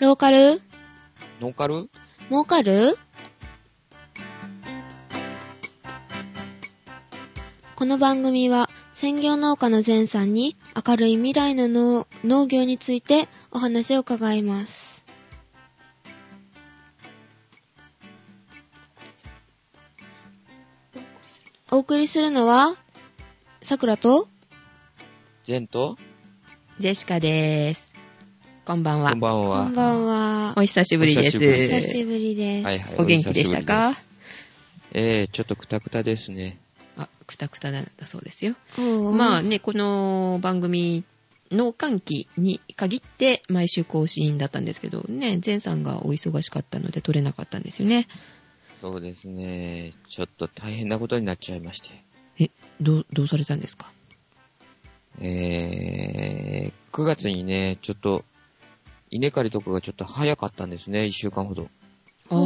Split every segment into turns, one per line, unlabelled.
ローカル
ノーカル
儲かるこの番組は専業農家の前さんに明るい未来の農農業についてお話を伺います。お送りするのは、さくらと、
ジェント
ジェシカでーす。こんばんは。
こんばん
こ
は
ん。ばんは
お。久しぶりです。
お久しぶり
久
で
しぶりです。
はいはい
お元気でしたか
えー、ちょっとくたくたですね。
あ、くたくたなんだそうですよ。
おう
まあね、この番組、農閑期に限って毎週更新だったんですけどね、前さんがお忙しかったので撮れなかったんですよね。
そうですね。ちょっと大変なことになっちゃいまして。
え、どう、どうされたんですか
えー、9月にね、ちょっと、稲刈りとかがちょっと早かったんですね、1週間ほど。
お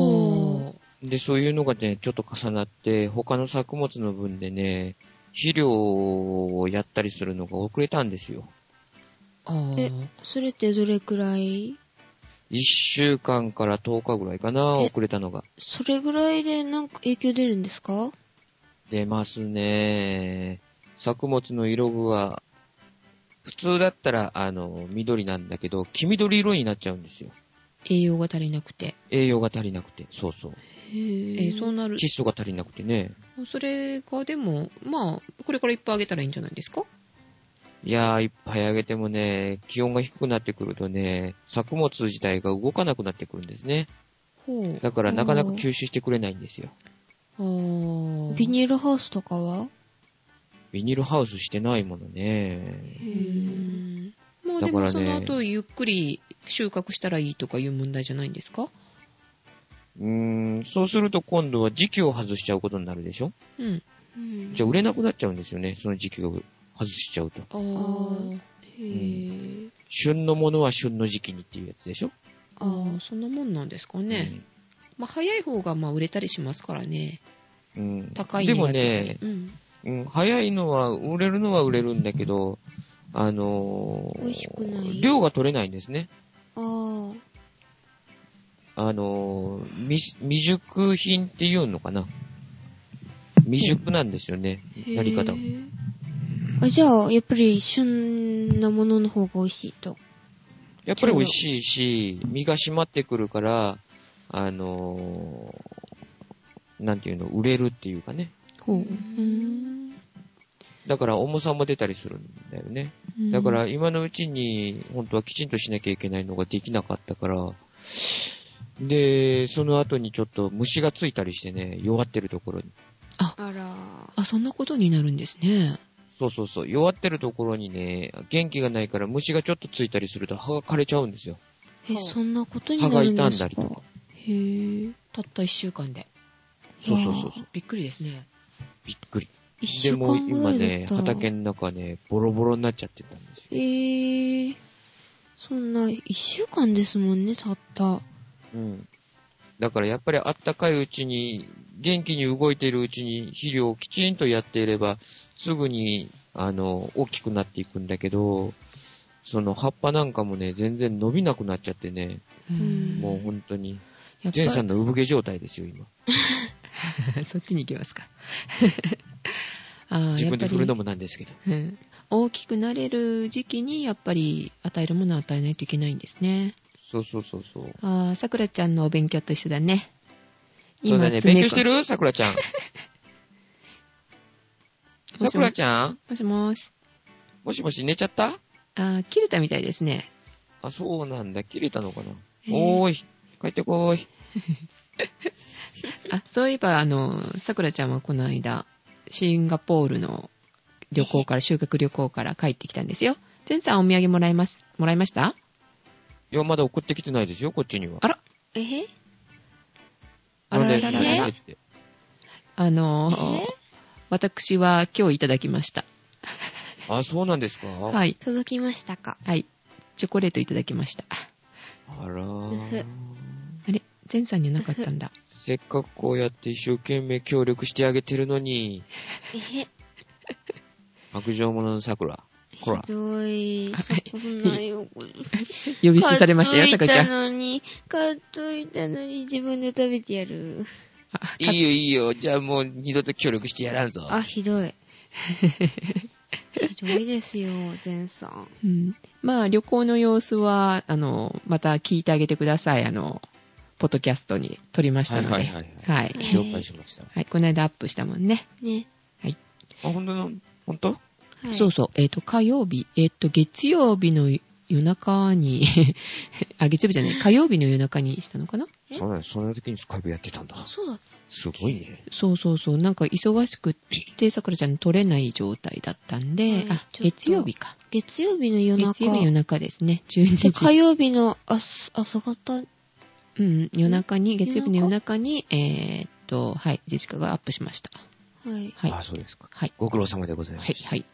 お
ー。
で、そういうのがね、ちょっと重なって、他の作物の分でね、肥料をやったりするのが遅れたんですよ。
あー
えそれってどれくらい
1週間から10日ぐらいかな、
え
遅れたのが。
それぐらいでなんか影響出るんですか
出ますね。作物の色が、普通だったら、あの、緑なんだけど、黄緑色になっちゃうんですよ。
栄養が足りなくて。
栄養が足りなくて。そうそう。
え
え
ー
そうなる。
窒素が足りなくてね。
それがでも、まあ、これからいっぱいあげたらいいんじゃないですか
いやー、いっぱいあげてもね、気温が低くなってくるとね、作物自体が動かなくなってくるんですね。
ほう。
だからなかなか吸収してくれないんですよ。
あー
ビニールハウスとかは
ビニールハウスしてないものね。
まあ
だ
で
からね
もその後ゆっくり収穫したらいいとかいう問題じゃないんですか
うーん、そうすると今度は時期を外しちゃうことになるでしょ
うん。
うん
じゃあ売れなくなっちゃうんですよね、その時期を外しちゃうと。
あ
ーへ
ん
ー
旬のものは旬の時期にっていうやつでしょ
あー、そんなもんなんですかね。まあ早い方がまあ売れたりしますからね。
うん。うん
高い
で
値
も
がついたり
ね、
うん。
うん、早いのは、売れるのは売れるんだけど、あのー
美味しくない
量が取れないんですね。
あー
あのー未、未熟品っていうのかな。未熟なんですよね、
へー
やり方。
あじゃあやっぱり旬なものの方が美味しいと
やっぱり美味しいし、身が締まってくるから、あのーなんていうの、売れるっていうかね。
ほ
う
う。
ん
だから重さも出たりするんだよね。
うん
だか、ら今のうちに本当はきちんとしなきゃいけないのができなかったから、で、その後にちょっと虫がついたりしてね、弱ってるところに。
あら
あ、そんなことになるんですね。
そうそうそう、弱ってるところにね、元気がないから虫がちょっとついたりすると歯が枯れちゃうんですよ。
えそんなことに
歯
な
が
るん
傷
で
ん
す
だ
か
りとか。
へー
たった一週間で。
そうそうそうそう。
びっくりですね。
びっくり。
一
で
週
も
間ぐ
今
らいだ
ね
っ、たら
畑の中ね、ボロボロになっちゃってたんですよ。
えー、そんな一週間ですもんねたった
うん。だからやっぱりあったかいうちに、元気に動いているうちに肥料をきちんとやっていれば、すぐに、あの、大きくなっていくんだけど、その葉っぱなんかもね、全然伸びなくなっちゃってね、
うん
もう本当に、
やっぱ
ジェンさんの産毛状態ですよ、今。
そっちに行きますか。あー
自分で
やっぱり
振るのもなんですけど。
うん大きくなれる時期にやっぱり与えるものを与えないといけないんですね。
そうそうそうそう。
ああ、さくらちゃんのお勉強と一緒だね。
そうだね、
詰
勉強
め込
してるさくらち ゃん。さくらちゃん
もしもし。
もしもし寝ちゃった
ああ、切れたみたいですね。
あ、そうなんだ、切れたのかな。
えー
おーい、帰ってこーい。
あ、そういえば、あの、さくらちゃんはこの間、シンガポールの旅行から、修学旅行から帰ってきたんですよ。前さんお土産もらいます、もらいました
いや、まだ送ってきてないですよ、こっちには。
あら、
えへ
あ
な
ら
ん
ら
で
らら
なん
ら
でって
あの
え、
私は今日いただきました。
あ、そうなんですかは。
はいい。
届きましたか
はい。チョコレートいただきました。
あら
ふ
ー
ふ。
あれ前さんになかったんだ。
せっかくこうやって一生懸命協力してあげてるのに、
えへ
白状者の桜。
え
ほら
ひどい。
は
そ
い
こないよ。
呼び捨てされましたよ、
買
さ
っ
く
と
ら
い
ちゃ
た
ん。
のに、買っといたのに自分で食べてやる。
あ
いいよいいよ。じゃあもう二度と協力してやらんぞ。
あ、ひどい。ひどいですよ、前さん。
うんまあ、旅行の様子は、あの、また聞いてあげてください。あの、ポッドキャストに撮りましたので。
は
はいい
はいはい
はい。
了解しました。
この間アップしたもんね。
ね。
あ、本当の、本当
はい、
そうそう。えっ、と、火曜日、えっ、と、月曜日の夜中に、 あ、月曜日じゃない、火曜日の夜中にしたのかな
え
そうなんです。そんな時にスカイブやってたんだ。
そうだ。
すごいね。
そうそうそう。なんか忙しくって、さくらちゃん撮れない状態だったんで、
はい
あ、
ちょっと
月曜日か。
月曜日の夜中。
月曜日の夜中ですね。12
で、火
時。
曜日の朝朝方、
うん、夜中に、月曜日の夜中に、えーっと、はい、ジェシカがアップしました。
はい。
はい。
あ、
は
そうですか。
はい
ご苦労様でございます。
い、はい。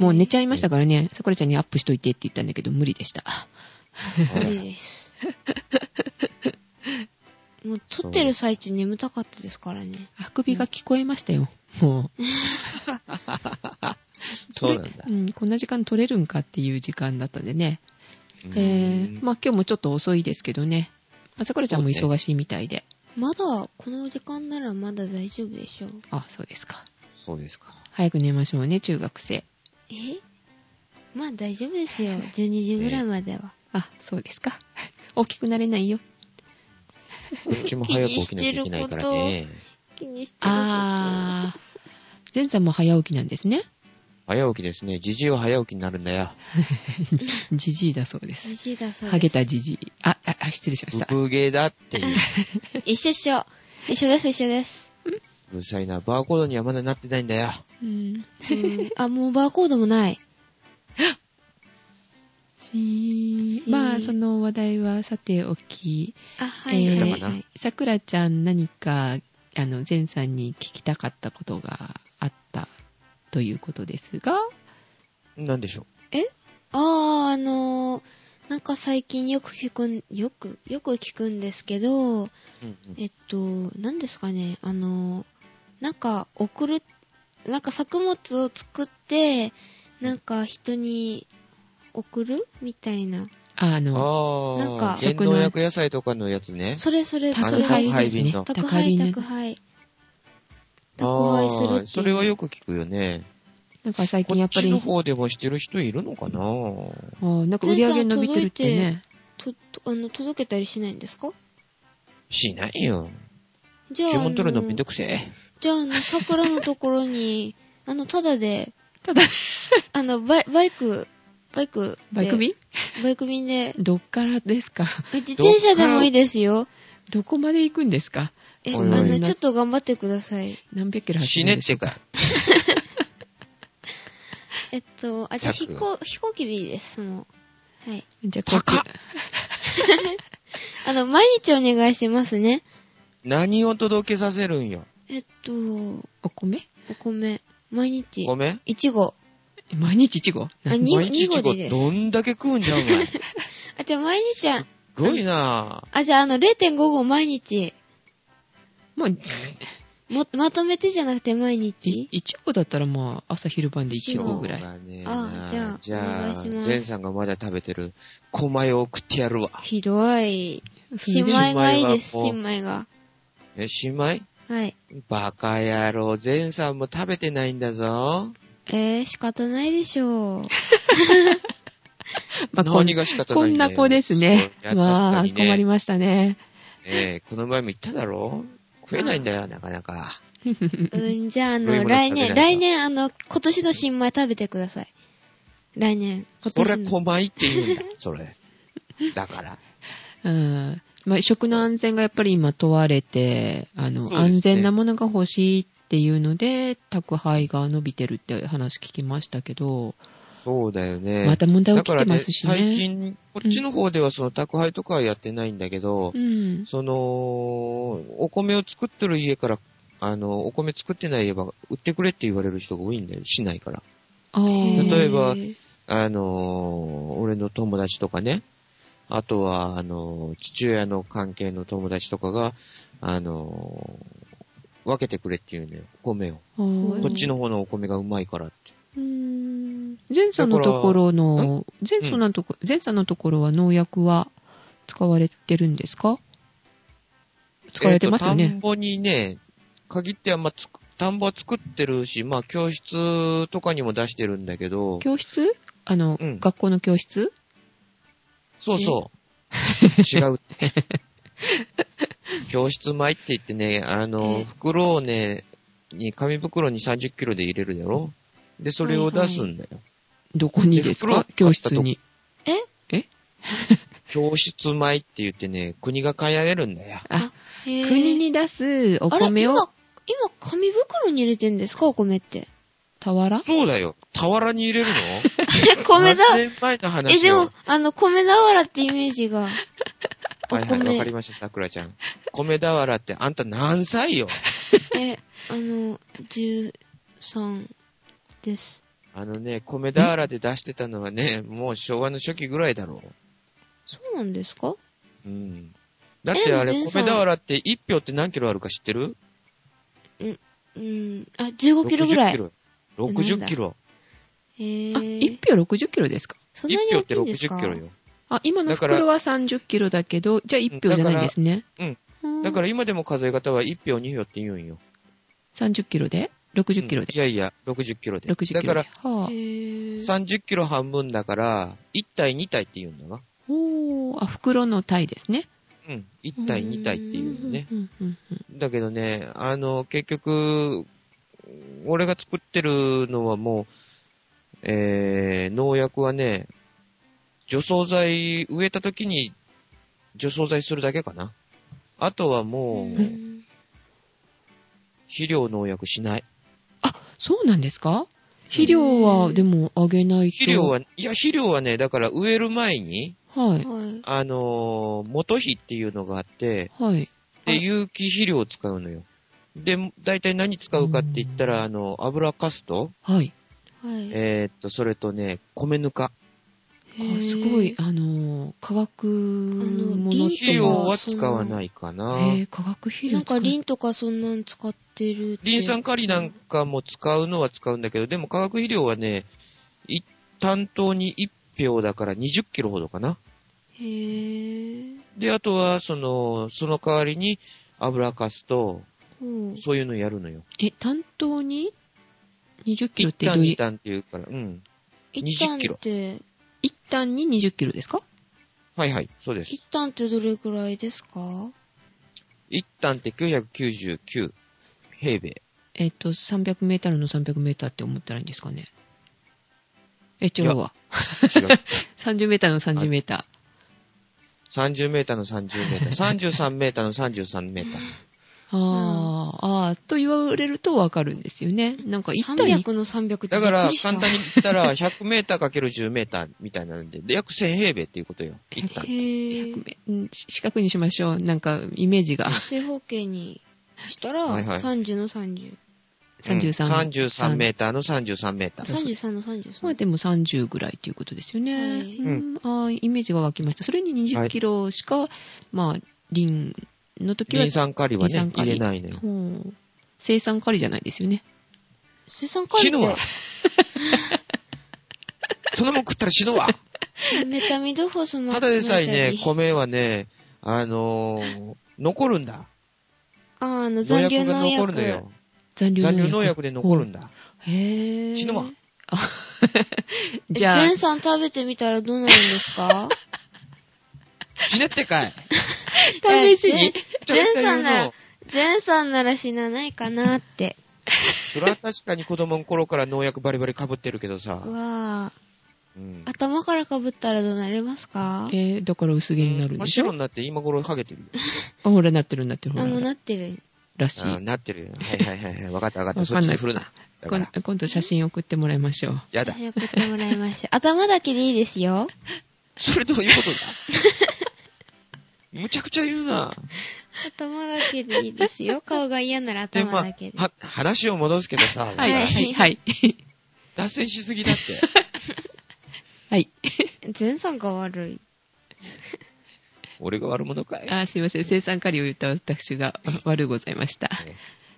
もう寝ちゃいましたからね、さくらちゃんにアップしといてって言ったんだけど、無理でした。
ゃ無理です。もう撮ってる最中眠たかったですからね。
あくびが聞こえましたよ。もう、
そうなんだ
う。ん、こんな時間取れるんかっていう時間だったんでね。
うん
えー、まあ今日もちょっと遅いですけどね。あさくらちゃんも忙しいみたいで。
まだ、この時間ならまだ大丈夫でしょう。
あ、そうですか。
そうですか。
早く寝ましょうね、中学生。
えまあ大丈夫です よ。12時ぐらいまでは。
あ、そうですか。 大きくなれないよ。
こっちも早く起きなきゃいけないからね。
気にしてること
あー。前さんも早起きなんです ね。
早起きですね。じじいは早起きになるんだよ。
じじいだそうです。
じじいだそうです。
ハゲたじじい。あ、あ、あ失礼しました。
ブブゲーだっていう。
一緒一緒。一緒です、一緒 です。
うるさいな。バーコードにはまだなってないんだよ。
うん。
うんあ、もうバーコードもない。
しーんまあ、その話題はさておき、
あ、はい、
え
はい、
だから
は。
ない
さくらちゃん何か、あの、前さんに聞きたかったことがあったということですが、
なんでしょ
あー、あのー、なんか最近よく聞くん、よく、よく聞くんですけど、
う。うんうん
えっと、何ですかね、あの、なんか送る、なんか作物を作って、なんか人に送るみたいな。
あの、
ああ、
なんか
原農薬野菜とかのやつね。
それそれ、
宅
それ
配
です。
ですね。
宅
宅
配
配、
ね
宅配。宅配するって
あ
い
ー
う。
それはよく聞くよね。
なんか最
こ
近や
っ
っぱ
ち
り、
の
あ
方でもしてる人いるのかな
ーなんか売り上げ伸びてるって
前
ね。
と、とあの、届けたりしないんですか
しないよ。
じゃあ、
注文取るの
あ
めんどくせえ。
じゃあ、あの、桜のところ に、あの、ただで、 あの、バイバイク、バイクで、
バイク便
バイク便で、
どっからですか
自転車でもいいですよ。
どこまで行くんですか
え、あ
おいお
の、
い
ちょっと頑張ってください。
何百キロ走
死
る
ね
んで
っ
しょ
て
うか
か。
えっと、あ、じゃあ
ジャ
飛
ック
行、飛行機でいいです、もう。はい。
じゃあ、
高っ
こっ
あの、毎日お願いしますね。
何を届けさせるんよ。
えっと、お
お米
米、毎日
ご、めん。
いちご。
毎日いちご
あ、に
毎
2
日いち
合
ご
でいいです。
どんだけ食うんじゃん、お前。す
あ、じゃあ毎日は、
ごいな
あ、じゃああの、0.5合毎日。
まあ、い
も、まとめてじゃなくて毎日
いちごだったらまあ、朝昼晩でいち
いち
ご
ご
ぐらい。
そうだね
あじゃあ
じゃ
お願いしま
あ、
す
ジェンさんがまだ食べてる、狛江を食ってやるわ。
ひどい。
す
新
んげえ
米がいいです、
新
新米が。
え、新米
はい。
バカ野郎、ゼンさんも食べてないんだぞ。
えー、仕方ないでし ょう。
まあこん
何が仕方
こ
ない
ん
んだよ
な子ですね
そう。いや確
わ
か
あ、
にね
困りましたね。
ええこの前も言っただろ食えないんだよ、なかなか。
うん、じゃあ、あ
どうい
の、
うもの
来
食べな
年、
いの
来年、あの、今年の新米食べてください。来年、今
それ、
年の。
狛江って言うんだ、そ れ。だから。
うん。まあ、食の安全がやっぱり今問われて、あ
そう
の、
ですね
安全なものが欲しいっていうので、宅配が伸びてるって話聞きましたけど、
そうだよね。
また問題起
だ
き
か
て
ら
ま
ね、
すし
最
ね。
近、こっちの方ではその宅配とかはやってないんだけど、
うん。
その、お米を作ってる家から、あの、お米作ってない家ば、売ってくれって言われる人が多いんだよ、市内から。
ああ。
例えば
へー
あのー俺の友達とかね、あとは、あのー父親の関係の友達とかが、あのー分けてくれって言うのよ、お米を。
あー
こっちの方のお米がうまいからって。
うーん。
前さんのところ
だ
の、前さんのとこ、前さんのところは農薬は使われてるんですか使われてますよ
えーと田ん
ね。
ぼにね、限ってはまあつく、田んぼは作ってるし、まあ、教室とかにも出してるんだけど、
教室あの、
うん
学校の教室
そ うそう。違うって。教室前って言ってね、あ
え
の、袋をね、に、紙袋に30キロで入れるだろで、それを出すんだよ。
どこにです
え袋
か教室に。
教室前って言ってね、国が買い上げるんだよ。
あ、
へー
国に出すお
あれ
米
今、今
を、
紙袋に入れてんですかお米って。
俵
そうだよ。俵に入れるの
米だ。
何年前の話
え、で
よ
も、あの、米俵ってイメージ が。お
はいはい、わか
米。
りました、桜ちゃん。米俵って、あんた何歳よ
え、あの、13です。
あのね、米俵で出してたのはね、もう昭和の初期ぐらいだろ
そうなんですか
う。うん。だってあれ、
えジェンさ
米
ん
俵って1票って何キロあるか知ってる
うん。あ、15キロぐらい。
60キロ。
え
あ、
ー
1、票60キロですか
そん
1
なに
票
大
っ
き
て
いんですか
60キロよ。
あ、今の
だから
袋は30キロだけど、じゃあ1票じゃないんですね。
うん
うん。
だから今でも数え方は1票、2票って言うんよ。
30キロで ?60 キロ
うん
で
いやいや、60キロで。
?60 キロで。
だから、
はあ
へ、ー
30キロ半分だから、1体2体って言うんだな。
おーあ、袋のタイですね。
うん。1体2体っていうのね。
うんうんうん
だけどね、あの、結局、俺が作ってるのはもう、えー、農薬はね、除草剤、植えた時に除草剤するだけかな。あとはもう
う、ん
肥料農薬しない。
そうなんですか肥料は、でも、あげないと。
肥料は、いや、肥料はね、だから植える前に、
はい。
はい。
あのー元肥っていうのがあって、
はい。
で、有機肥料を使うのよ。で、大体何使うかって言ったら、あの、油かすと、
はい。
はい。
えーっと、それとね、米ぬか。
へ
あ
ー
すごい、。あのー、化学もの
あの
肥
肥
料
料
は
は
使
使
わ
わ
な
ない
かな。
えー、化学肥料
なん
使う
か、リンとかそんなん使ってるって。
リン酸カリなんかも使うのは使うんだけど、でも化学肥料はね、い担当に1票だから20キロほどかな。
へぇ
で、あとは、その、その代わりに油かすと、
ー。
そういうのやるのよ。
え、担当に20キロ
1
ってど
単
う
2
いう、
単っていうから、うん。
一旦っ
20キロ
て、
一単に20キロですか
はいはい、そうです。
一旦ってどれくらいですか
1単って999平米。
えっ、と、300メーターの300メーターって思ったらいいんですかね。え、違うわ。
違う。
30メーターの30メータ
30メーターの30メーター。33メーターの33メーター。
ー。あー、あーと言われるとわかるんですよね。なんか一単に。
?300 の300ってびっくりした。
だから、簡単に言ったら、100メーターかける10メーターみたいなんで、で約1000平米っていうことよ。一旦。
へぇー。
100うんし四角にしましょう。なんか、イメージが。
正方形にしたら、
はいはい
30の30。
33。
うん33メーターの33メーター。
33の33。
まあでも30ぐらいということですよね。
はい
うん、あーイメージが湧きました。それに20キロしか、まあ、リンの時は
リン、酸カリは
リン
ね
酸、カリ
入れないのよ。
ほう生産カリじゃないですよね。
生産管理
死ぬわ
っ
そのもん食ったら死ぬわ。
て、メタミドフォスも
ただでさえね、
こ
米はね、あのー、残るんだ。
あー、あの、
農
残留
薬が
の
残
薬
るのよ。
残留農
残
薬。
留農薬で残るんだ。
へぇー。
死ぬわ。
じゃあ、
全さん食べてみたらどうなるんですか
死ねってかい。
試しに。
全さん
絶対言
な
う
ら
の、
全さんなら死なないかなって。
それは確かに子供の頃から農薬バリバリ被ってるけどさ。
うわぁ。
うん。
頭からかぶったらどうなりますか
えー、だから薄毛になる
真
んで
っ
し
白
ょ
になって今頃ハゲてるよ。
あ、ほら、なってるなってる、ほ
あ、もう
ら。
なってる。
らし
あ
い。
なってるよ。はいはいはいはい。わかったわかった。
わ
そ
か
っ
ん
ち
な
に
い
振るな。だか
今
ら、
今度写真送ってもらいましょう。
やだ。
早くってもらいましょう。頭だけでいいですよ。
それどういう ことだむちゃくちゃ言うな。
頭だけでいいです よ。顔が嫌なら
で、
頭
まあ
だけで。、
は、話を戻すけどさ、
はい、
は
はいい、はい。
脱線しすぎだって。
はい。
全さんが悪い。
俺が悪者かい
あ、すいません。生産カリを言った私があ悪うございました。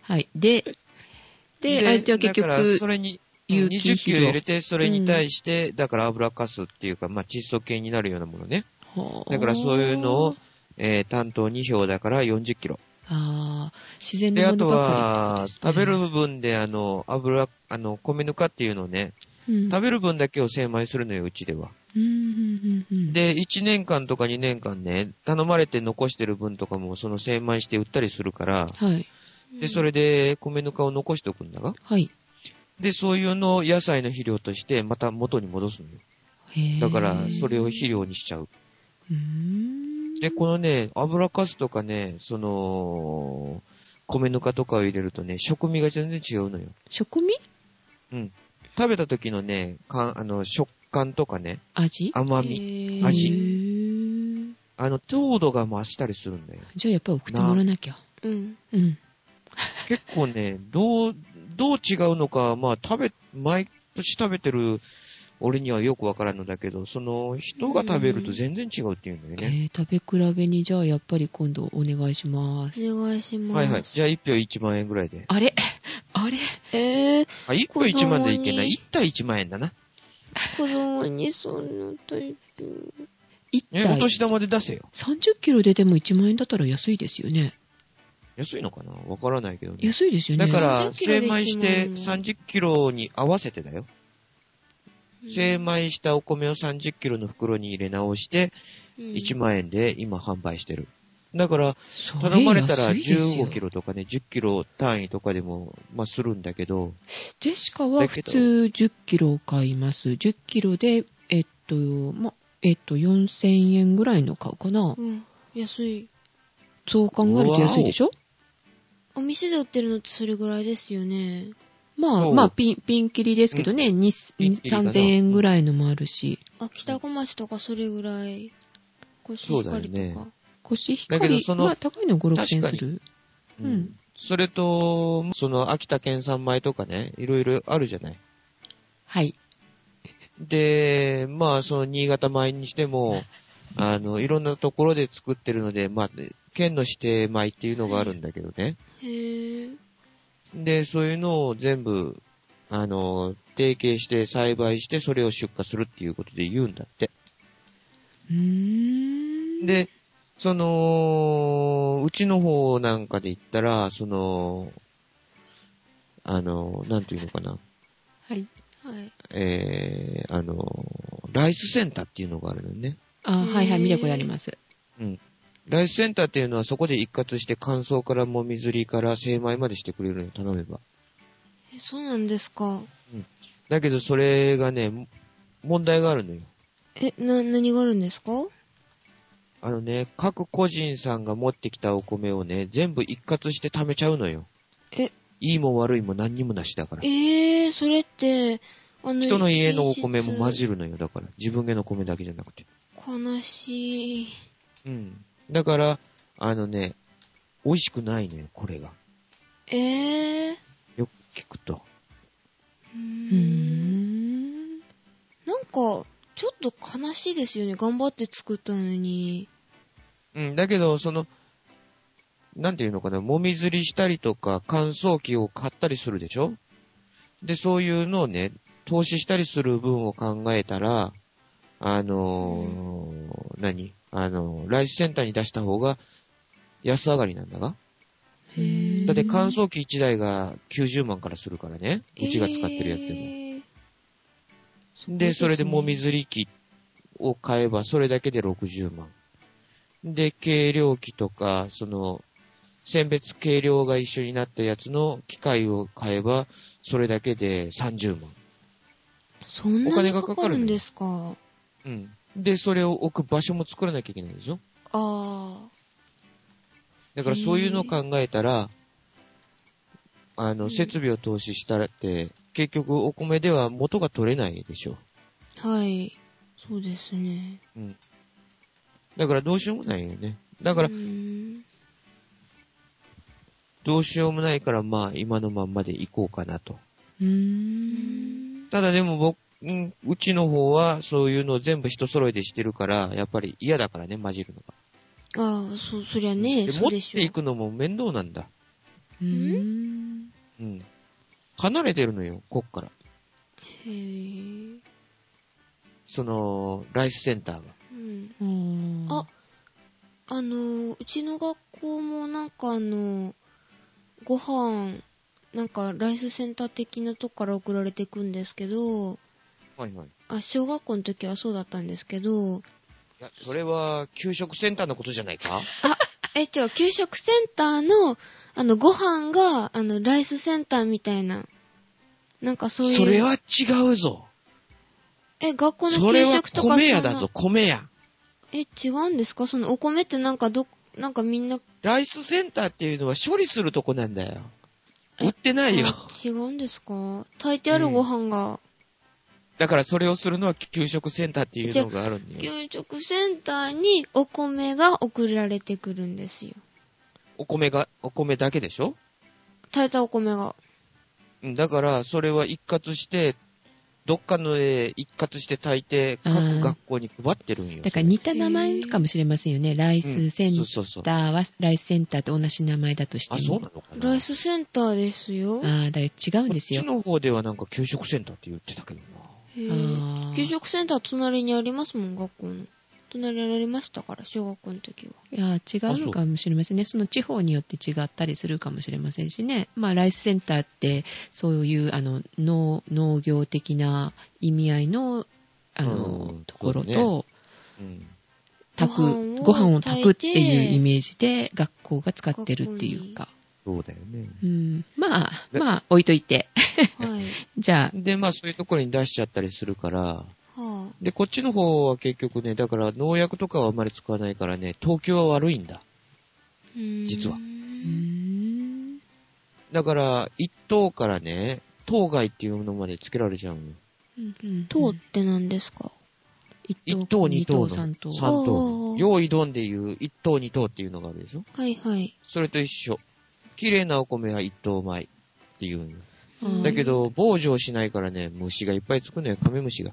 はい。で、で、あじゃあ結
だから、
局
そ、れに、
有機
20キロ
肥料
入れて、それに対して、だから油かすっていうか、まあ、窒素系になるようなものね。
ほう
だからそういうのを、えー担当2票だから40キロ。
ああ、自然
で、
の
あ
もの
と
ばか
は、
りってこと
食べ
ですね
る部分で、あの、油、あの、米ぬかっていうのをね、
うん
食べる分だけを精米するのよ、うちでは。
うんうんうんうん
で、1年間とか2年間ね、頼まれて残してる分とかも、その精米して売ったりするから、
はい。
で、それで米ぬかを残しておくんだが。
はい。
で、そういうのを野菜の肥料として、また元に戻すのよ。
へー
だから、それを肥料にしちゃう。
うーん
で、このね、油かすとかね、その、米ぬかとかを入れるとね、食味が全然違うのよ。
食味
食べた時のね、かんあの食感とかね、
味
甘み、
み
味
へー
あの、糖度が増したりするんだよ。
じゃあやっぱり送ってもらわなきゃ。
うん。
うん。
結構ね、どう、どう違うのか、まあ食べ、毎年食べてる俺にはよくわからんのだけど、その人が食べると全然違うっていうんだよね。
えー食べ比べにじゃあやっぱり今度お願いします。
お願いします。
はいはい。じゃあ1票1万円ぐらいで。
あれ あれ
えー、
あ、1票
子供に
1万でいけない。1対1万円だな。
子供にそんなタイプ。
一
え、
体
お年玉で出せよ。
30キロ出ても1万円だったら安いですよね。
安いのかなわからないけどね。
安いですよね。
だから、
30キロ
精
で1万
米
円
して30キロに合わせてだよ。精米したお米を30キロの袋に入れ直して、1万円で今販売してる。だから、
それ安いで
頼
すよ、
まれたら15キロとかね、10キロ単位とかでも、まあ、するんだけど、
ジェシカは
だけ
普
ど
通10キロを買います。10キロで、えっと、ま、えっと、4000円ぐらいの買うかな。
うん。安い。
そう考えると安いでしょ
お店で売ってるのってそれぐらいですよね。
まあ、
そう
まあ、ピン、ピンキリですけどね、に
ピンキリかな
3000円ぐらいのもあるし、
あ、北小町とかそれぐらい。コシヒカリと
そうだよ
か
ね。
コシヒカ
だけど
リ、
その
まあ、高いのは5、6000円す
確か
る。
うん
うん
それと、その、秋田県産米とかね、いろいろあるじゃない。
はい。
で、まあ、その、新潟米にしても、あの、いろんなところで作ってるので、まあ、県の指定米っていうのがあるんだけどね。
へぇ
で、そういうのを全部、あの、提携して栽培して、それを出荷するっていうことで言うんだって。
うーん。
で、その、うちの方なんかで言ったら、その、あの、なんていうのかな、
はい。
はい。
えー、あの、ライスセンターっていうのがあるのよね。
あ、はいはい、
へー
見たことあります。
ライスセンターっていうのはそこで一括して乾燥からもみずりから精米までしてくれるのよ頼めば。
え、そうなんですか。
だけどそれがね、問題があるのよ。
え、な、何があるんですか
あのね、各個人さんが持ってきたお米をね、全部一括して貯めちゃうのよ。
え
いいも悪いも何にもなしだから。
えー、それって、あの、
人の家のお米も混じ
る。
るのよ、だから。自分家の米だけじゃなくて。
悲しい。
うん。だから、あのね、美味しくないのよ、これが。
えー。
よく聞くと。
うー
うー
ん。な
ん。
んか、ちょっと悲しいですよね。頑張って作ったのに。
うん、だけど、その、なんていうのかな、もみずりしたりとか、乾燥機を買ったりするでしょで、そういうのをね、投資したりする分を考えたら、あのー何あのーライスセンターに出した方が安上がりなんだが。
へー
だって乾燥機1台が90万からするからね。うちが使ってるやつでも。
えー
で、それでもみ
す
ずり機を買えば、それだけで60万。で、計量機とか、その、選別計量が一緒になったやつの機械を買えば、それだけで30万。
ごいそんな
お金
に
が
か
か
か
か
る
る
ん
の
ですか
うん。で、それを置く場所も作らなきゃいけないでしょ
あ
だからそういうのを考えたら、あ
う
の、
ん
設備を投資したらって、結局お米では元が取れないでしょ。
あ、はい。そうですね。
だからどうしようもないよね。
だ
だから
う、ーん
どうしようもないから、まあ、今のまんまでいこうかなと。
うー
うー
ん。
ん
ただでも僕、うんうちの方はそういうのを全部人揃えてしてるから、やっぱり嫌だからね、混じるのが。
ああ、そ、そりゃね、
で
そ
持
う
っ
でして
い
ょ。
くのも面倒なんだ。
うーん。
うん。離れてるのよ、こっから。
へぇ
その、ライスセンターが。
うん。
うん
あ、あの、うちの学校もなんかあの、ご飯、なんかライスセンター的なとこから送られてくんですけど、
はいはい。い
あ、小学校の時はそうだったんですけど、
や、それは、給食センターのことじゃないか
え、違う、給食センターの、あの、ご飯が、あの、ライスセンターみたいな、なんかそういう。
それは違うぞ。
え、学校の
それ
給
は
食とか
米屋
んな
だぞ、米屋。
え、違うんですかそのお米ってなんかど、なんかみんな、
ライスセンターっていうのは処理するとこなんだよ。売ってないよ。
あ違うんですか炊いてあるご飯が、
だからそれをするのは給食センターっていうのがあるんだよ。
給食センターにお米が送られてくるんですよ。
お米が、お米だけでしょ
炊いたお米が。
うんだから、それは一括して、どっかので一括して炊いて、各学校に配ってるんよ。
だから似た名前かもしれませんよね。ライスセン
うんそうそうそう。
ターは、ライスセンターと同じ名前だとして
あ、
も。
そうなのかな
ライスセンターですよ。
あーだから違うん
こ
で
っ
す
ち
よ。
の方ではなんか給食センターって言ってたけどな。
へー
あー
給食センター隣にありますもん、学校の。隣にありましたから、小学校の時は。
いや違うのかもしれませんね。その地方によって違ったりするかもしれませんしね。まあ、ライスセンターって、そういう、あの、農、農業的な意味合いの、あの、
うん
ところ
そ
と、
うん。
炊く、
ご
ご飯
飯
を
を
炊
炊
くっ
い
て
て
いうイメージで、学校が使ってるっていうか。
そうだよね。
うん。まあ、
で
まあ、置いといて。
はい。
じゃあ、
で、まあそういうところに出しちゃったりするから、
はぁ、
で、こっちの方は結局ね、だから農薬とかはあまり使わないからね、東京は悪いんだ。
うーん
実は
うーん。
だから、一等からね、当該っていうのまでつけられちゃうのよ。
うんうん
糖って何ですか
一等、二等の。
三等。
三
三等
お。ー
用意どんでいう一等、二等っていうのがあるでしょ
はいはい。
それと一緒。綺麗なお米は一等米っていうんよ
うん
だけど、防除しないからね、虫がいっぱいつくのよ、カメムシが。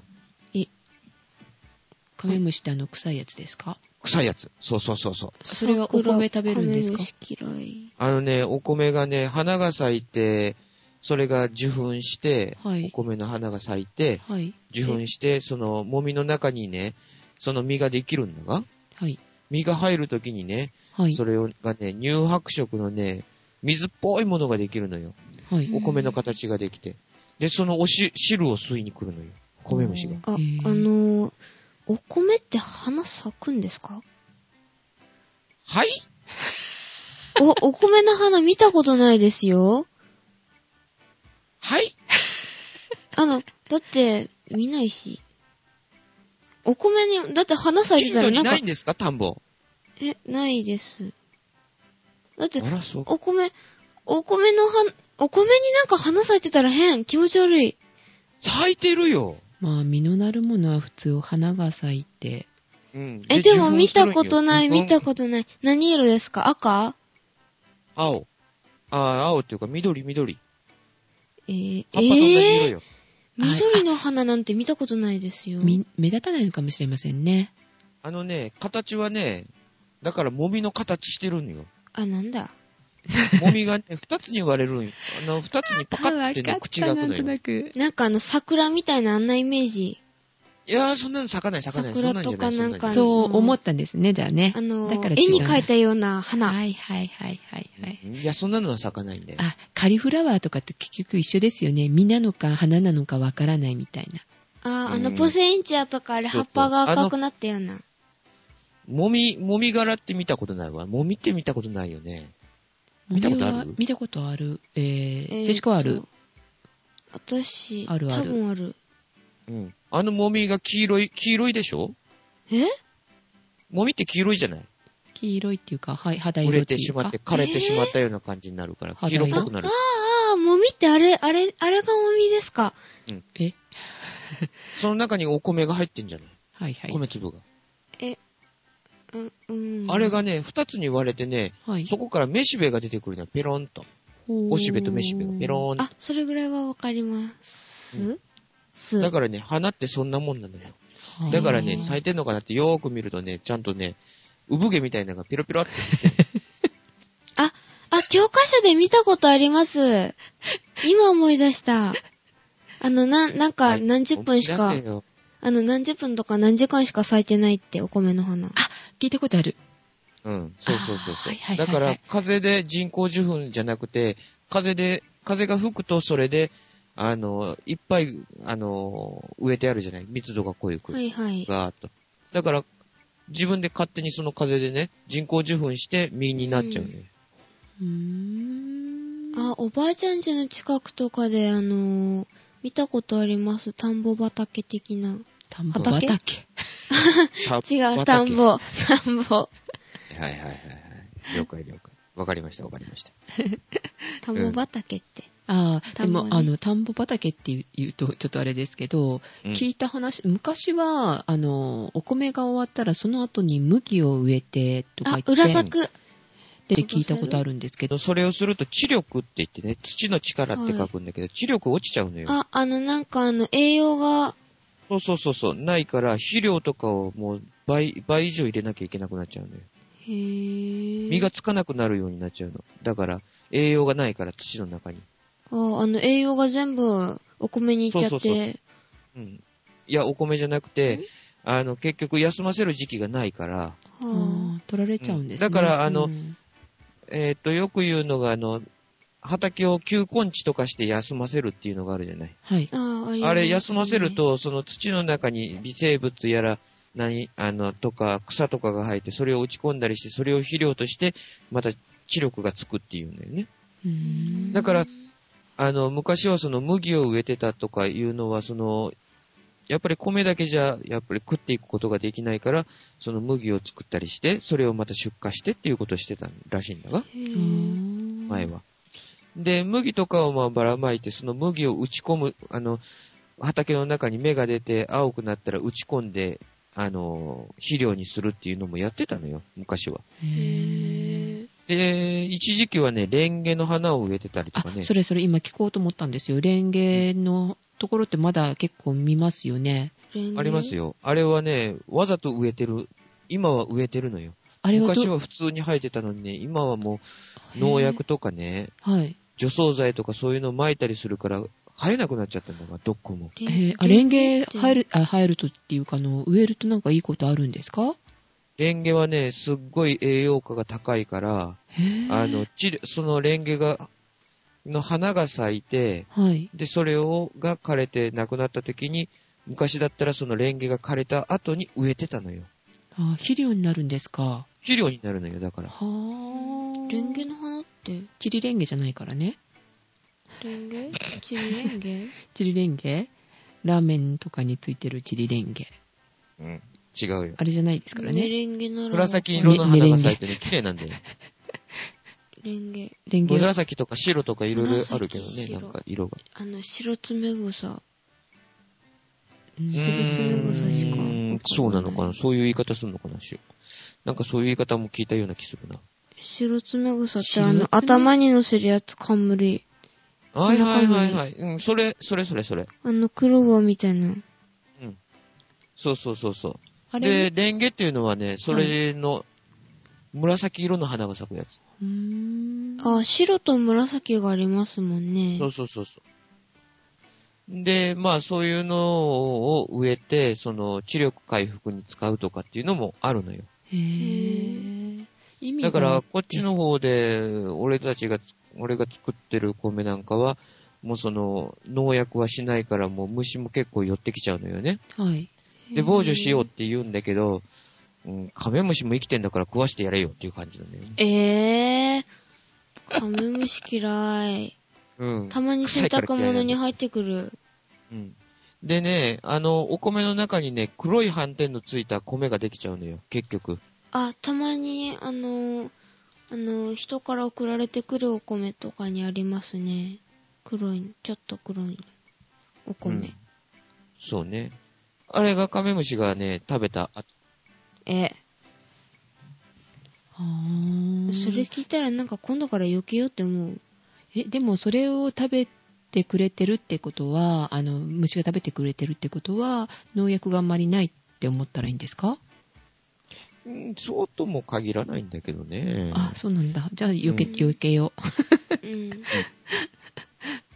カメムシってあの、臭いやつですか
臭いやつ。そうそうそうそう。
それはお米食べるんですか
桜カメムシ嫌い。
あのね、お米がね、花が咲いて、それが受粉して、
はい
お米の花が咲いて、
はい。
受粉して、その、もみの中にね、その実ができるんだが、
はい。
実が入るときにね、
はい
そ。れをがね、乳白色のね、水っぽいものができるのよ。
はい。
お米の形ができて。で、そのおし、汁を吸いに来るのよ。米虫が。
あ、あ
へー
のー、お米って花咲くんですか
はい
お、お米の花見たことないですよ。
はい
あの、だって、見ないし。お米に、だって花咲い
近
てたら
所に
なんか
ない、んですか田んぼ。
え、ないです。だって
あ、ら、そう。
お米、お米の花、お米になんか花咲いてたら変。気持ち悪い。
咲いてるよ。
まあ、実のなるものは普通花が咲いて、
うん。
え、でも見たことない、見た
と
ことない。何色ですか赤
青。ああ、青っていうか緑緑。
えー、え
葉っぱそんなに色
ー
よ。
緑の花なんて見たことないですよ。
み目立たないのかもしれませんね。
あのね、形はね、だからもみの形してるんよ。
あ、なんだ。
もみが ね、二つに割れるんよ。あの、二つにパカッてね、口が開くのよ。
く。
なんかあの桜みたいなあんなイメージ。
いやー、そんなの咲かない、咲かない。
桜
そんなんじゃない
とかなんか
そんじゃい
そう思ったんですね、じゃあね。
あの
だから
ー、
違
絵
う
に描いたような花。
はいはいはいはいはい。
いや、そんなのは咲かないんだよ。
あ、カリフラワーとかって結局一緒ですよね。実なのか花なのかわからないみたいな。
あー、あ
う
の、
ん
ポセインチアとかあれ
そ
葉っ
うそう
ぱが赤くなったような。
もみ、もみ柄って見たことないわ。もみって見たことないよね。見たことある
もみは見たことある。えー、
えー
ジェシカはある
と。私、
あるある
多分ある。
うん。あのもみが黄色い、黄色いでしょ
え
もみって黄色いじゃない
黄色いっていうか、はい、肌
折
色
れ
って
て
い
し
う
ま
か
って、。枯れてしまったような感じになるから、
えー
黄色っぽくなる。
ああ、もみってあれ、あれ、あれがもみですか。
え
その中にお米が入ってんじゃない
はいはい。
米粒が。
え、う、うん。
あれがね、二つに割れてね、
はい。
そこからめしべが出てくるのよ、ペロンと。お
お
しべとめしべがペローン
あ
と。、
それぐらいはわかります。
う
す。
だからね、花ってそんなもんなのよ。
はい
だから
あ
ね、
ー
咲いてんのかなってよーく見るとね、ちゃんとね、産毛みたいなのがピロピロって。
あ、教科書で見たことあります。今思い出した。あの、な、なん
は
か
い
何十分しか、
思い出せよ
あの、何十分とか何時間しか咲いてないって、お米の花。
聞いたことある。
うん、そうそうそうそう、
あーはいはいはいは
だ
い
から、風で人工受粉じゃなくて、風で、風が吹くとそれで、あの、いっぱい、あの、植えてあるじゃない密度が濃いく、
はいはい。
ガーッと。だから、自分で勝手にその風でね、人工受粉して実になっちゃうね。
うーん。
あ、おばあちゃん家の近くとかで、あのー見たことあります。田んぼ畑的な。
田んぼ
畑
畑。
た
違う、
畑
田んぼ。田んぼ。
はいはいはいはい。了解了解。わかりましたわかりました。
田んぼ畑って。
ああ、
田
でも、
んぼね
あの、田んぼ畑って言うと、ちょっとあれですけど、
うん
聞いた話、昔は、あの、お米が終わったら、その後に麦を植えて、とか
あ
言っ、て、
裏作。
って聞いたことあるんですけど、
それをすると、知力って言ってね、土の力って書くんだけど、知力落ちちゃうのよ。
あ、あの、なんかあの、栄養が、
そうそうそうそう、ないから、肥料とかをもう倍、倍以上入れなきゃいけなくなっちゃうのよ。
へぇ
実がつかなくなるようになっちゃうの。だから、栄養がないから、土の中に。
ああの、栄養が全部お米にいっちゃって。
そうそうそううん。いや、お米じゃなくて、あの、結局休ませる時期がないから、
はあ
ああ取られちゃうんですね。
うんだからあの
うん
えーっと、よく言うのが、あの、畑を休根地とかして休ませるっていうのがあるじゃない。
はい。
あありますね
あれ、休ませると、その土の中に微生物やら、何、あの、とか、草とかが生えて、それを打ち込んだりして、それを肥料として、また、知力がつくっていうんだよね。
うーん
だから、あの、昔はその麦を植えてたとかいうのは、その、やっぱり米だけじゃ、やっぱり食っていくことができないから、その麦を作ったりして、それをまた出荷してっていうことをしてたらしいんだが、
へ
う
え
ーん
前は。で、麦とかをまあばらまいて、その麦を打ち込む、あの、畑の中に芽が出て青くなったら打ち込んで、あの、肥料にするっていうのもやってたのよ、昔は。
へー
へえ
で、一時期はね、レンゲの花を植えてたりと
あ
かね。
それそれ今聞こうと思ったんですよ。レンゲのところってまだ結構見ますよね。
あります
よ。
よ。あれはね、わざと植えてる。今は植えてるのよ。
あれはど
昔は普通に生えてたのにね、今はもう農薬とかね、
はい。
除草剤とかそういうのを撒いたりするから、生えなくなっちゃったんだが、どっこも。
え
レ
ーあレンゲ
って
入る、あ、入るとっていうか、あの、植えるとなんかいいことあるんですか
レンゲはね、すっごい栄養価が高いから、
へー
あの、ちそのレンゲが、の花が咲いて、
はい。
で、それを、が枯れて亡くなった時に、昔だったらそのレンゲが枯れた後に植えてたのよ。
あ、肥料になるんですか。
肥料になるのよ、だから。
はぁ。
レンゲの花って、
チリレンゲじゃないからね。
レンゲチリレンゲ
チリレンゲラーメンとかについてるチリレンゲ。
うん。違うよ。
あれじゃないですからね。
レンゲなら。
紫色の花が咲いてね、綺麗なんだよ。
レンゲ。
レンゲは
紫とか白とかいろいろあるけどね、
紫
な
白
んか色が。
あの、白爪草。
うん
白爪草しか
うーんそうなのかなそういう言い方するのかなしなんかそういう言い方も聞いたような気するな。
白爪草ってあの
白、爪
頭に乗せるやつ、冠。
はいは
こ
い
んな
は
感
い
じ
はい。うん、それ、それそれそれ。
あの、クローバーみたいな。
そうそうそうそ
あ
う。で、
れ
レンゲっていうのはね、それの、紫色の花が咲くやつ。
うーん
あ、白と紫がありますもんね
そ。うそうそうそう。で、まあそういうのを植えて、その、知力回復に使うとかっていうのもあるのよ。
へぇ意味が
だから、、こっちの方で、俺たちがつ、俺が作ってる米なんかは、もうその、農薬はしないから、もう虫も結構寄ってきちゃうのよね。
はい。
で、防除しようって言うんだけど、うん、カメムシも生きてんだから食わしてやれよっていう感じなんだよね。
えぇ、カメムシ嫌い。
うん。
たまに洗濯物に入ってくる。
うん。でね、あの、お米の中にね、黒い斑点のついた米ができちゃうのよ、結局。
あ、たまに、あの、あの、人から送られてくるお米とかにありますね。黒いの、ちょっと黒いのお米。
うんそうね。あれがカメムシがね、食べた後
え、
あー
それ聞いたらなんか今度から避けようって思う。
え、でもそれを食べてくれてるってことは、あの、虫が食べてくれてるってことは、農薬があんまりないって思ったらいいんですか、
うんそうとも限らないんだけどね。
あ、そうなんだ。じゃあ、避け、
うん
避けよう。
うん。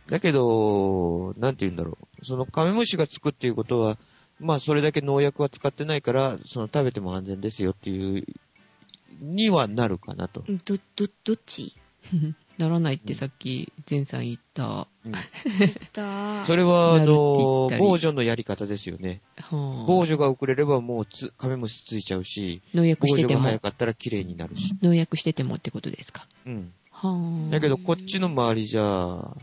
だけど、なんて言うんだろう。そのカメムシがつくっていうことは、まあそれだけ農薬は使ってないから、その食べても安全ですよっていう、にはなるかなと。
ど、ど、どっち
ならないってさっき、前さん言った。は
だ
それは、あ
なるって言
の
った、り
防除のやり方ですよね。
あ
防除が遅れればもうつ、カメムシついちゃうし、
農薬
防
して
除
て
が
も、
早かったら綺麗になるし。
農薬しててもってことですか。
うん。
はあ。
だけど、こっちの周りじゃ、う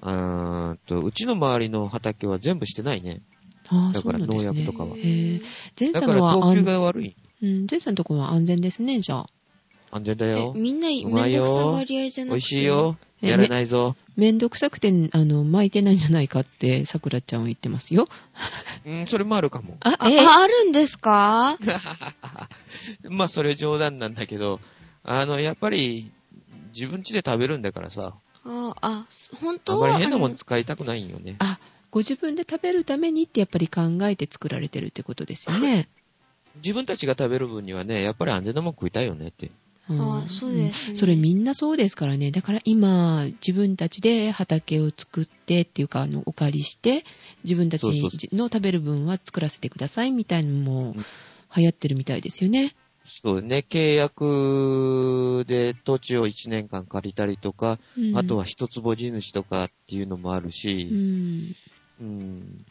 ーんと、うちの周りの畑は全部してないね。
ああ、
だ
そ
か
う
ら
なんです
農
ね。
薬とかは
へえ。前
だ
さ
か
ん
ら
のは
等級
安、
が悪い。
うん、前さんのところは安全ですね、じゃあ。
安全だ
え
よ。
みんなめ
うんまい
ど
よ
くさがり合いじゃなくて。
美味しい。よ。
え
やらないぞ。
めんどくさくて、あの、巻いてないんじゃないかって、さくらちゃんは言ってますよ。
うん、それもあるかも。
あ、
あ、
え
ああるんです か
まあ、それ冗談なんだけど、あの、やっぱり、自分家で食べるんだからさ、
あ、あ、す本
あ
当
んま
は
り変なも
あ
ん
の
使いたくないんよね。
あ、ご自分で食べるためにってやっぱり考えて作られてるってことですよね。
自分たちが食べる分にはね、やっぱり安全なもん食いたいよねって。
あ
ん
そうですね
んそれみんなそうですからね。だから今、自分たちで畑を作ってっていうか、あの、お借りして、自分たち
そうそう
の食べる分は作らせてくださいみたいなのも
うん
流行ってるみたいですよね。
そうね、契約で土地を1年間借りたりとか、
うん
あとは一坪地主とかっていうのもある
う
し、
ん。
うん、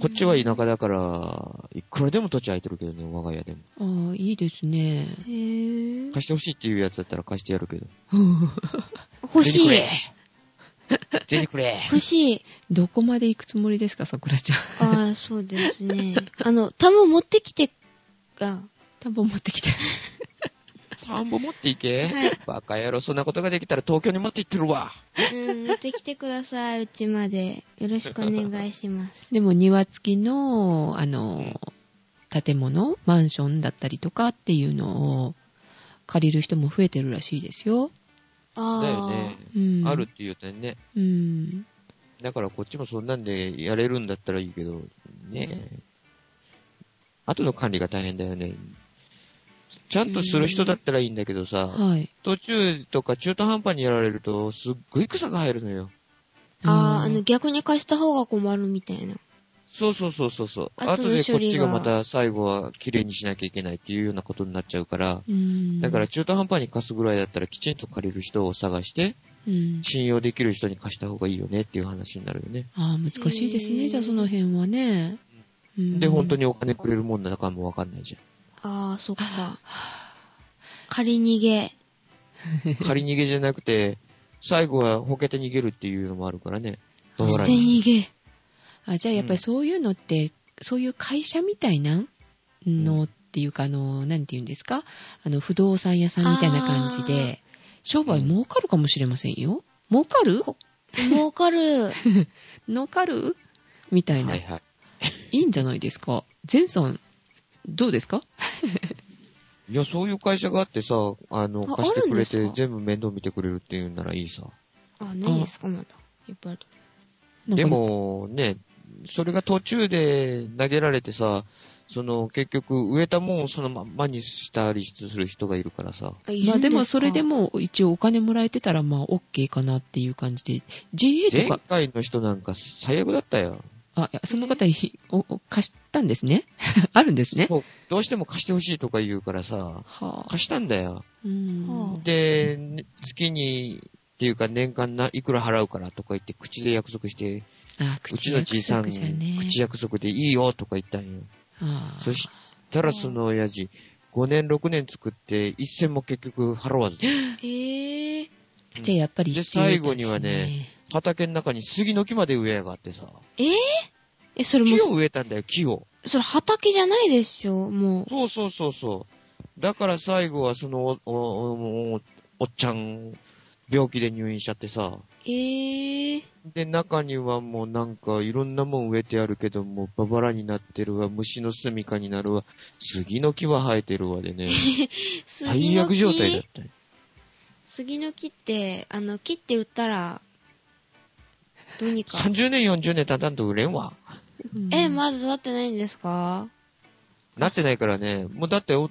こっちは田舎だから、いくらでも土地空いてるけどね、我が家でも。
ああ、いいですね。
へぇ
貸してほしいっていうやつだったら貸してやるけど。
欲しい。
銭くれ
欲しい。
どこまで行くつもりですか、さくらちゃん。
あ、そうですね。あの、タム持ってきて、あ、
田んぼ持ってきて。
田んぼ持っていけ、
はい
バカ野郎、そんなことができたら東京に持って行ってるわ。
うん、持ってきてください、うちまで。よろしくお願いします。
でも庭付きの、あの、建物、マンションだったりとかっていうのを借りる人も増えてるらしいですよ。
ああ。
だよね。
うん。
あるっていう点ね。
うん。
だからこっちもそんなんでやれるんだったらいいけど、ねえ。後の管理が大変だよね。ちゃんとする人だったらいいんだけどさ、
はい。
途中とか中途半端にやられると、すっごい草が生えるのよ。
ああ、あの、、逆に貸した方が困るみたいな。
そうそうそうそうそう。
後
後
の
でこ
処
っ
理
ち
が
がまた最後は綺麗にしなきゃいけないっていうようなことになっちゃうから、
うん。
だから、中途半端に貸すぐらいだったらきちんと借りる人を探して、
うん。
信用できる人に貸した方がいいよねっていう話になるよね。
ああ、難しいです
へー
ね。じゃあその辺はね。うん
で、本当にお金くれるもんなのかもわかんないじ
ああ、そっか。仮逃げ。
ゃん。借り逃げじゃなくて、最後はほけて逃げるっていうのもあるからね。どう
捨
ら
て逃げ。
あ、じゃあやっぱりそういうのって、そういう会社みたいなのっていうか、あの、なんて言うんですかあの、不動産屋さんみたいな感じで、商売儲かるかもしれませんよ。儲かる
儲かる。
儲かるみたいな、
はい
い。
はい。
いんじゃないですか前さん、どうですか
いや、そういう会社があってさ、あの、
あ
貸してくれ
あるん
て
ですか
全部面倒見てくれるっていうんならいいさ。
あ、何ですか、まだ。やっぱり。
なんか
で、も、ね、それが途中で投げられてさ、その、結局、植えたもんをそのまんまにしたりする人がいるからさ。
あいるんす
ま
か
あでもそれで。も一応お金もらえてたらまあ OK かなっていう感じで、GA と
前
か、
回の人なんか最悪だったよ。
あ、いやその方におお貸したんですね。 あるんですね。
そうどうしても貸してほしいとか言うからさ、
はあ。
貸したんだよ。
うん
は
で、ね月に、っていうか年間ないくら払うからとか言って口で約束して、
あ、
うち
口
の
約
じいさん、
束じゃね。
口約束でいいよとか言ったんよ。
ああ
そしたらその親父、5年6年作って一銭も結局払わず、
ええ
じゃあやっぱり
で
必要
最後にはね畑の中に杉の木まで植えやがってさ、
えーえ、それも
木、を植えたんだよ、木を。
それ畑じゃないでしょ、もう。
そうそうそうそう。だから最後はそのお、お、お、おおっちゃん、病気で入院しちゃってさ。
ええ
で、中にはもうなんかいろんなもん植えてあるけど、もうババラになってるわ、虫の住みかになるわ、杉の木は生えてるわでね、
杉
最
の
悪
木
状態だったよ。
杉の木って、あの、切って売ったら、どうにか。
30年、40年経たんと売れんわ。
うん
え、まだ経ってないんですか
なってないからね、もうだってお、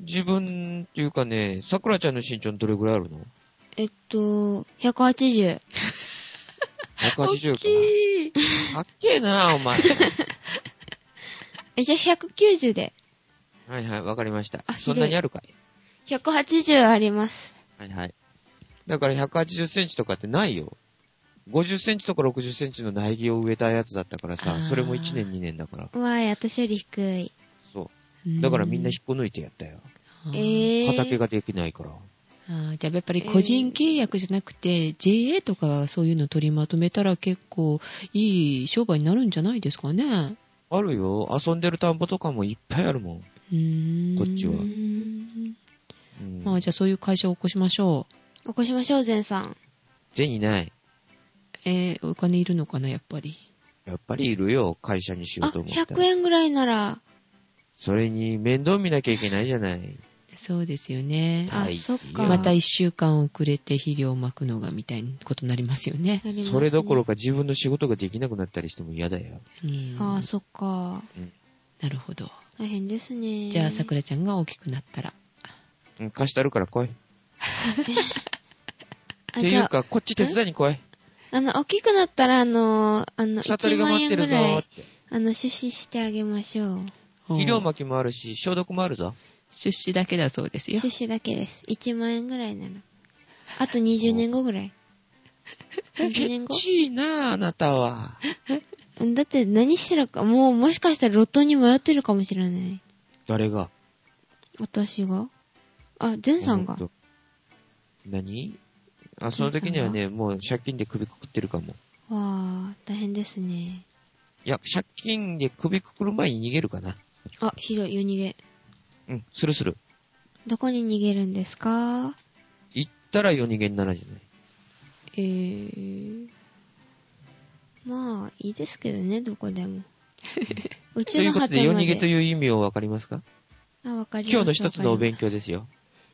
自分っていうかね、桜ちゃんの身長どれぐらいあるの
えっと、180。
180
大
か
きい。
な。かっけえな、お前。
え、じゃあ190で。
はいはい、わかりました
あ。
そんなにあるかい
180あります。
はいはい。だから180センチとかってないよ。50センチとか60センチの苗木を植えたやつだったから
あ
さ、
ー
それも1年2年だから。
うわーい、私より低い。
そうう。だからみんな引っこ抜いてやったよ。
あ
え
ー
ー。
畑ができないから。
あーじゃあやっぱり個人契約じゃなくて、JA とかがそういうの取りまとめたら結構いい商売になるんじゃないですかね。
あるよ。遊んでる田んぼとかもいっぱいあるもん。
うーん
こっちは
うーん
うん、
まあじゃあそういう会社を起こしましょう。
起こしましょう、善さん。
手にない。
えーお金いるのかな、やっぱり。
やっぱりいるよ。会社にしよ
あ、
うと思ったら
100。円ぐらいなら、
それに面倒見なきゃいけないじゃない。
そうですよね。
あ、
はい
そっか。
また
や
一週間遅れて肥料をまくのがみたいなことになりますよね。
りますね
それどころか自分の仕事ができなくなったりしても嫌だよ。
うん
あー、そっか。
なるほど。
大変ですね。
じゃあ、 さくらちゃんが大きくなったら。
うん、貸してあるから来い。っ
あ、
て
じ
い
ゃ
う
あ、
か、こっち手伝いに来い。
あの、大きくなったら、あの、あの、
草取
1
りが
万
待
円
って
ぐ
るぞ
ら
ーっ
い、
て。
あの、出資してあげましょう。
肥料
も
巻きもあるし、消毒もあるぞ。
出資だけだそうですよ
出。資だけです。1万円ぐらいなら。あと20年後ぐ らい。30年後
ケチいなあ、あなたは。
うんだって何してるか、もうもしかしたら路頭に迷ってるかもしれない。
誰が
私があ、ゼンさんが
ほ。と何あ、その時にはね、もう借金で首くくってるかも。
わー、大変ですね。
いや、借金で首くくる前に逃げるかな。
あ、ひどい、夜逃げ。
うん、するする。
どこに逃げるんですか
行ったら夜逃げにならんじゃない。
えー。まあ、いいですけどね、どこ でも。う
と
ち
い
の
う
旗
こと
ま
で、
で。
夜逃げという意味をわかりますか
あ、わかります。
今日の一つのお勉強
わかります
ですよ。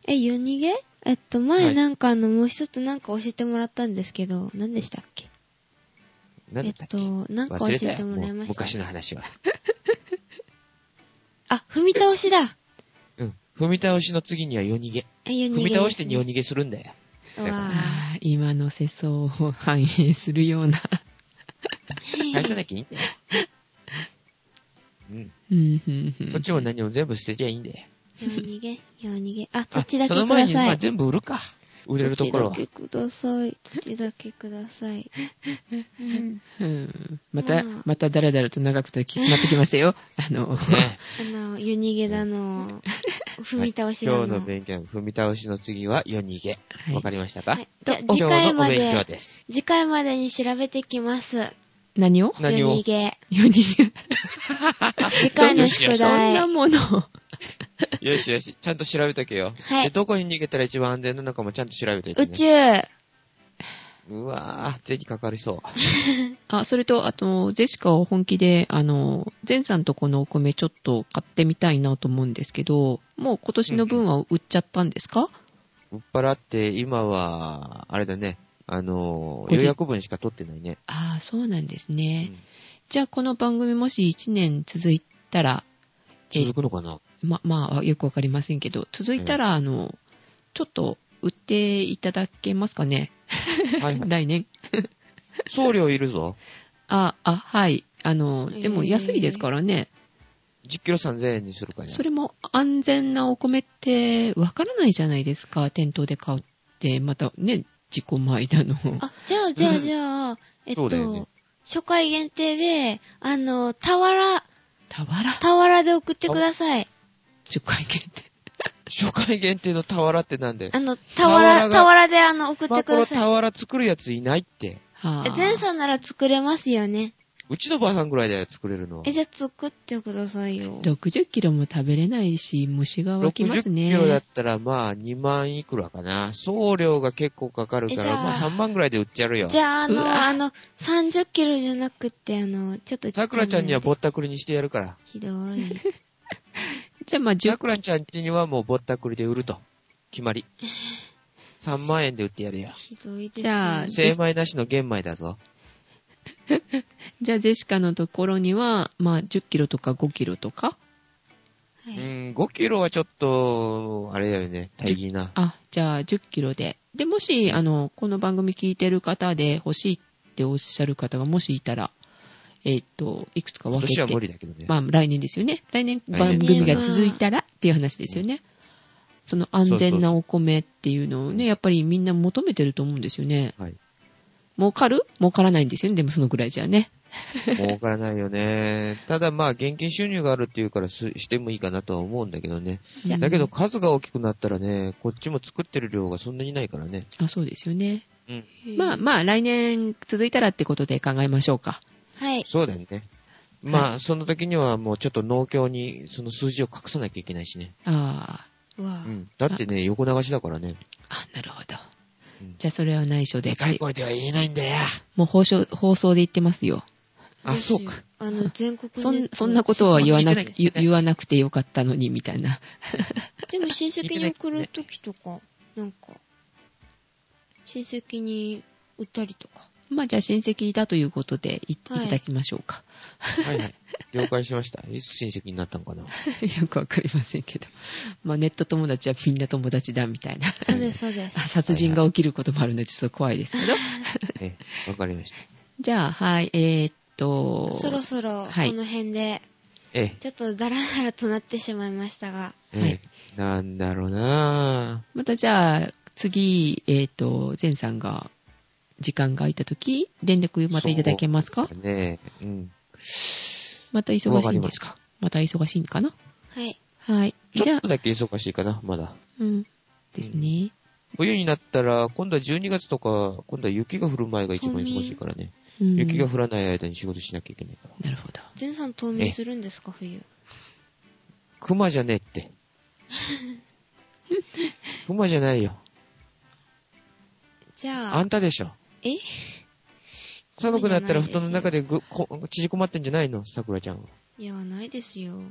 え、夜逃げえっと、
は
前
い
なんかあの、もう一つなんか教えてもらったんですけど、何でしたっけ
何
え
だ
っ
ったっけ、
と、なんか教
忘れた
え
よ
てもらい
も
ま
う
した。
昔の話は。
あ、踏み倒しだ
うん。踏み倒しの次には夜逃げ。
え、夜逃げで
踏み
すね、
倒して夜逃げするんだよ。
うわぁ。
あー今の世相を反映するような。
返さなきゃいいんだよ。うん。
うんうんうん
そっちも何も全部捨てちゃいいんだよ。
夜逃げ、夜逃げ。あ、
あ
土地だけ
その
く
前
だ
に、ま
さ
あ、
い。
全部売るか。売れるところは
土地。だけください。土地だけください。
うんまた
うん、
まただらだらと長くなってきなってきました よ。あの、
ね
あの、夜逃げだの、踏み倒しだ
今
の。
日の勉強、踏み倒しの次は夜逃げ。
はい
わかりましたか、
はいじゃあ
今日
次回
のお
ま
勉強
で、
です。
次回までに調べてきます。
何を
何を
夜逃げ。
世に言う
次回の宿
そん
題。
な
は
ものを。
よしよし、ちゃんと調べとけよ。
い
で、。どこに逃げたら一番安全なのかもちゃんと調べて、ね。
宇宙。
うわぁ、税金かかりそう。
あ、それと、あと、ゼシカを本気で、あの、ゼンさんとこのお米ちょっと買ってみたいなと思うんですけど、もう今年の分は売っちゃったんですか、
売っ払って、今は、あれだね、あのー、
個人
予約分しか取ってないね。
ああ、そうなんですね。
うん
じゃあ、この番組もし1年続いたら、え
続くのかな
ま、まあ、よくわかりませんけど、続いたら、あの、ちょっと売っていただけますかね、
はいはい。
来年。
送料いるぞ。
あ、あ、はい。あの、でも
えー
安いですからね。
10キロ3000円にするかね。
それも安全なお米ってわからないじゃないですか。店頭で買って、またね、自己米だの。
あ、じゃあ、じゃあ、じゃあ、えっと、
そうだよね
初回限定で、あの、俵、
俵
俵で送ってください。
10回限定。
初回限定の俵ってなんだよ
あ。の、
俵が
俵、俵であの、送って
今
くだ
頃
さい。
俵作るやついないって。
は
え、前さんなら作れますよね。
うちのばあさんぐらいだよ、作れるの。
え、じゃあ作ってくださいよ。
60キロも食べれないし、虫が湧きます
60
ね。
キロだったら、まあ、2万いくらかな。送料が結構かかるか
えじ
ら、
ゃあ
まあ、3万ぐらいで売っちゃうよ。
じゃあ、あ
う
の、
わ
あの、30キロじゃなくって、あの、ちょっとちっちゃい
さくらちゃんにはぼったくりにしてやるから。
ひどい。
じゃあまあ
さ
10、
くらちゃんちにはもうぼったくりで売ると。決 まり。3万円で売ってやるよ。
ひどいですね。
じゃあ
精米なしの玄米だぞ。
じゃあゼシカのところには、まあ10キロとか5キロとか。
う
はい
ん、5キロはちょっと、あれだよね、大義な。
あ、じゃあ10キロで。で、もし、あの、この番組聞いてる方で欲しいっっておっしゃる方がもしいたら、えっと、いくつか
今
分け
年は
て
無理だけどね。
まあ、来年ですよね。来年
来年
番組が続いたらっていう話ですよね。その安全なお米っていうのをね、やっぱりみんな求めてると思うんですよね。
はい。
儲かる儲からないんですよね。でもそのぐらいじゃね。
儲からないよね。ただまあ、現金収入があるっていうからすしてもいいかなとは思うんだけどね。
じゃあ
だけど数が大きくなったらね、こっちも作ってる量がそんなにないからね。
あ、そうですよね。
うん。
まあまあ、来年続いたらってことで考えましょうか。
はい。
そうだよね。まあ、その時にはもうちょっと農協にその数字を隠さなきゃいけないしね。
あ
わ
う
あ
ん。だってね、横流しだからね。
あ、あ、なるほど
うん。
じゃあそれは内緒で
で。かい声では言えないんだよ。
もう放送放送で言ってますよ。
あ、そうか。。
あの、全国
そ
ネッ
ん
ト
そんなことは言わな
聞いて
く
ない聞い
言
てない
言わなくてよかったのにみたいな。
でも親戚に送るときとか、なんか、親戚に売ったりとか。
まあじゃあ親戚だということでいいた
はい
だきましょうか。
はいはい。了解しました。いつ親戚になったの かな。
よくわかりませんけど。まあネット友達はみんな友達だみたいな。
そうです、そうで
あ
す。
殺人が起きることもあるのでちょっと怖いですけど。
ええ、わかりました。
じゃあ、はい、えー、っと。
そろそろ、こ
はい
の辺で、
ええ、
ちょっとダラダラとなってしまいましたが、
ええ、
はい
なんだろうな
またじゃあ、次、えー、っと、ゼンさんが、時間が空いた時、連絡またいただけますか
ぁ。ねえ、うん。
また忙しいんですかまた忙しいんかな
はい。
はい。
ち
じ
ょ
ゃ
っ
あ
と、だけ忙しいかな、まだ。
うん。ですね。
冬になったら、今度は12月とか、今度は雪が降る前が一番忙しいからね。
うん
雪が降らない間に仕事しなきゃいけないから。
なるほど。
全さん冬眠するんですか、冬。
熊じゃねえっ て。熊じゃないよ。
じゃ
あ
あ
ん、たでしょ。
え
寒くなったら布団の中
で。
でぐこ縮こまってんじゃないの桜ちゃんは。
いや、ないですよ。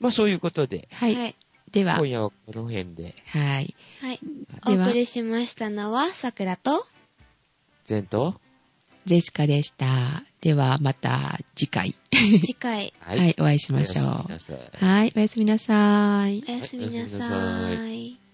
まあそういうことで、
はい。
はい。
では
今、夜はこの辺で、
はい。
はいお
では
送、りしましたのは、さくらと、
前頭
ゼシカでした。では、また次回。
次回、
は
はい、お会いしましょう。
う。
はい、おやすみなさーい。
おやすみなさ
おやすみなさ
ーい。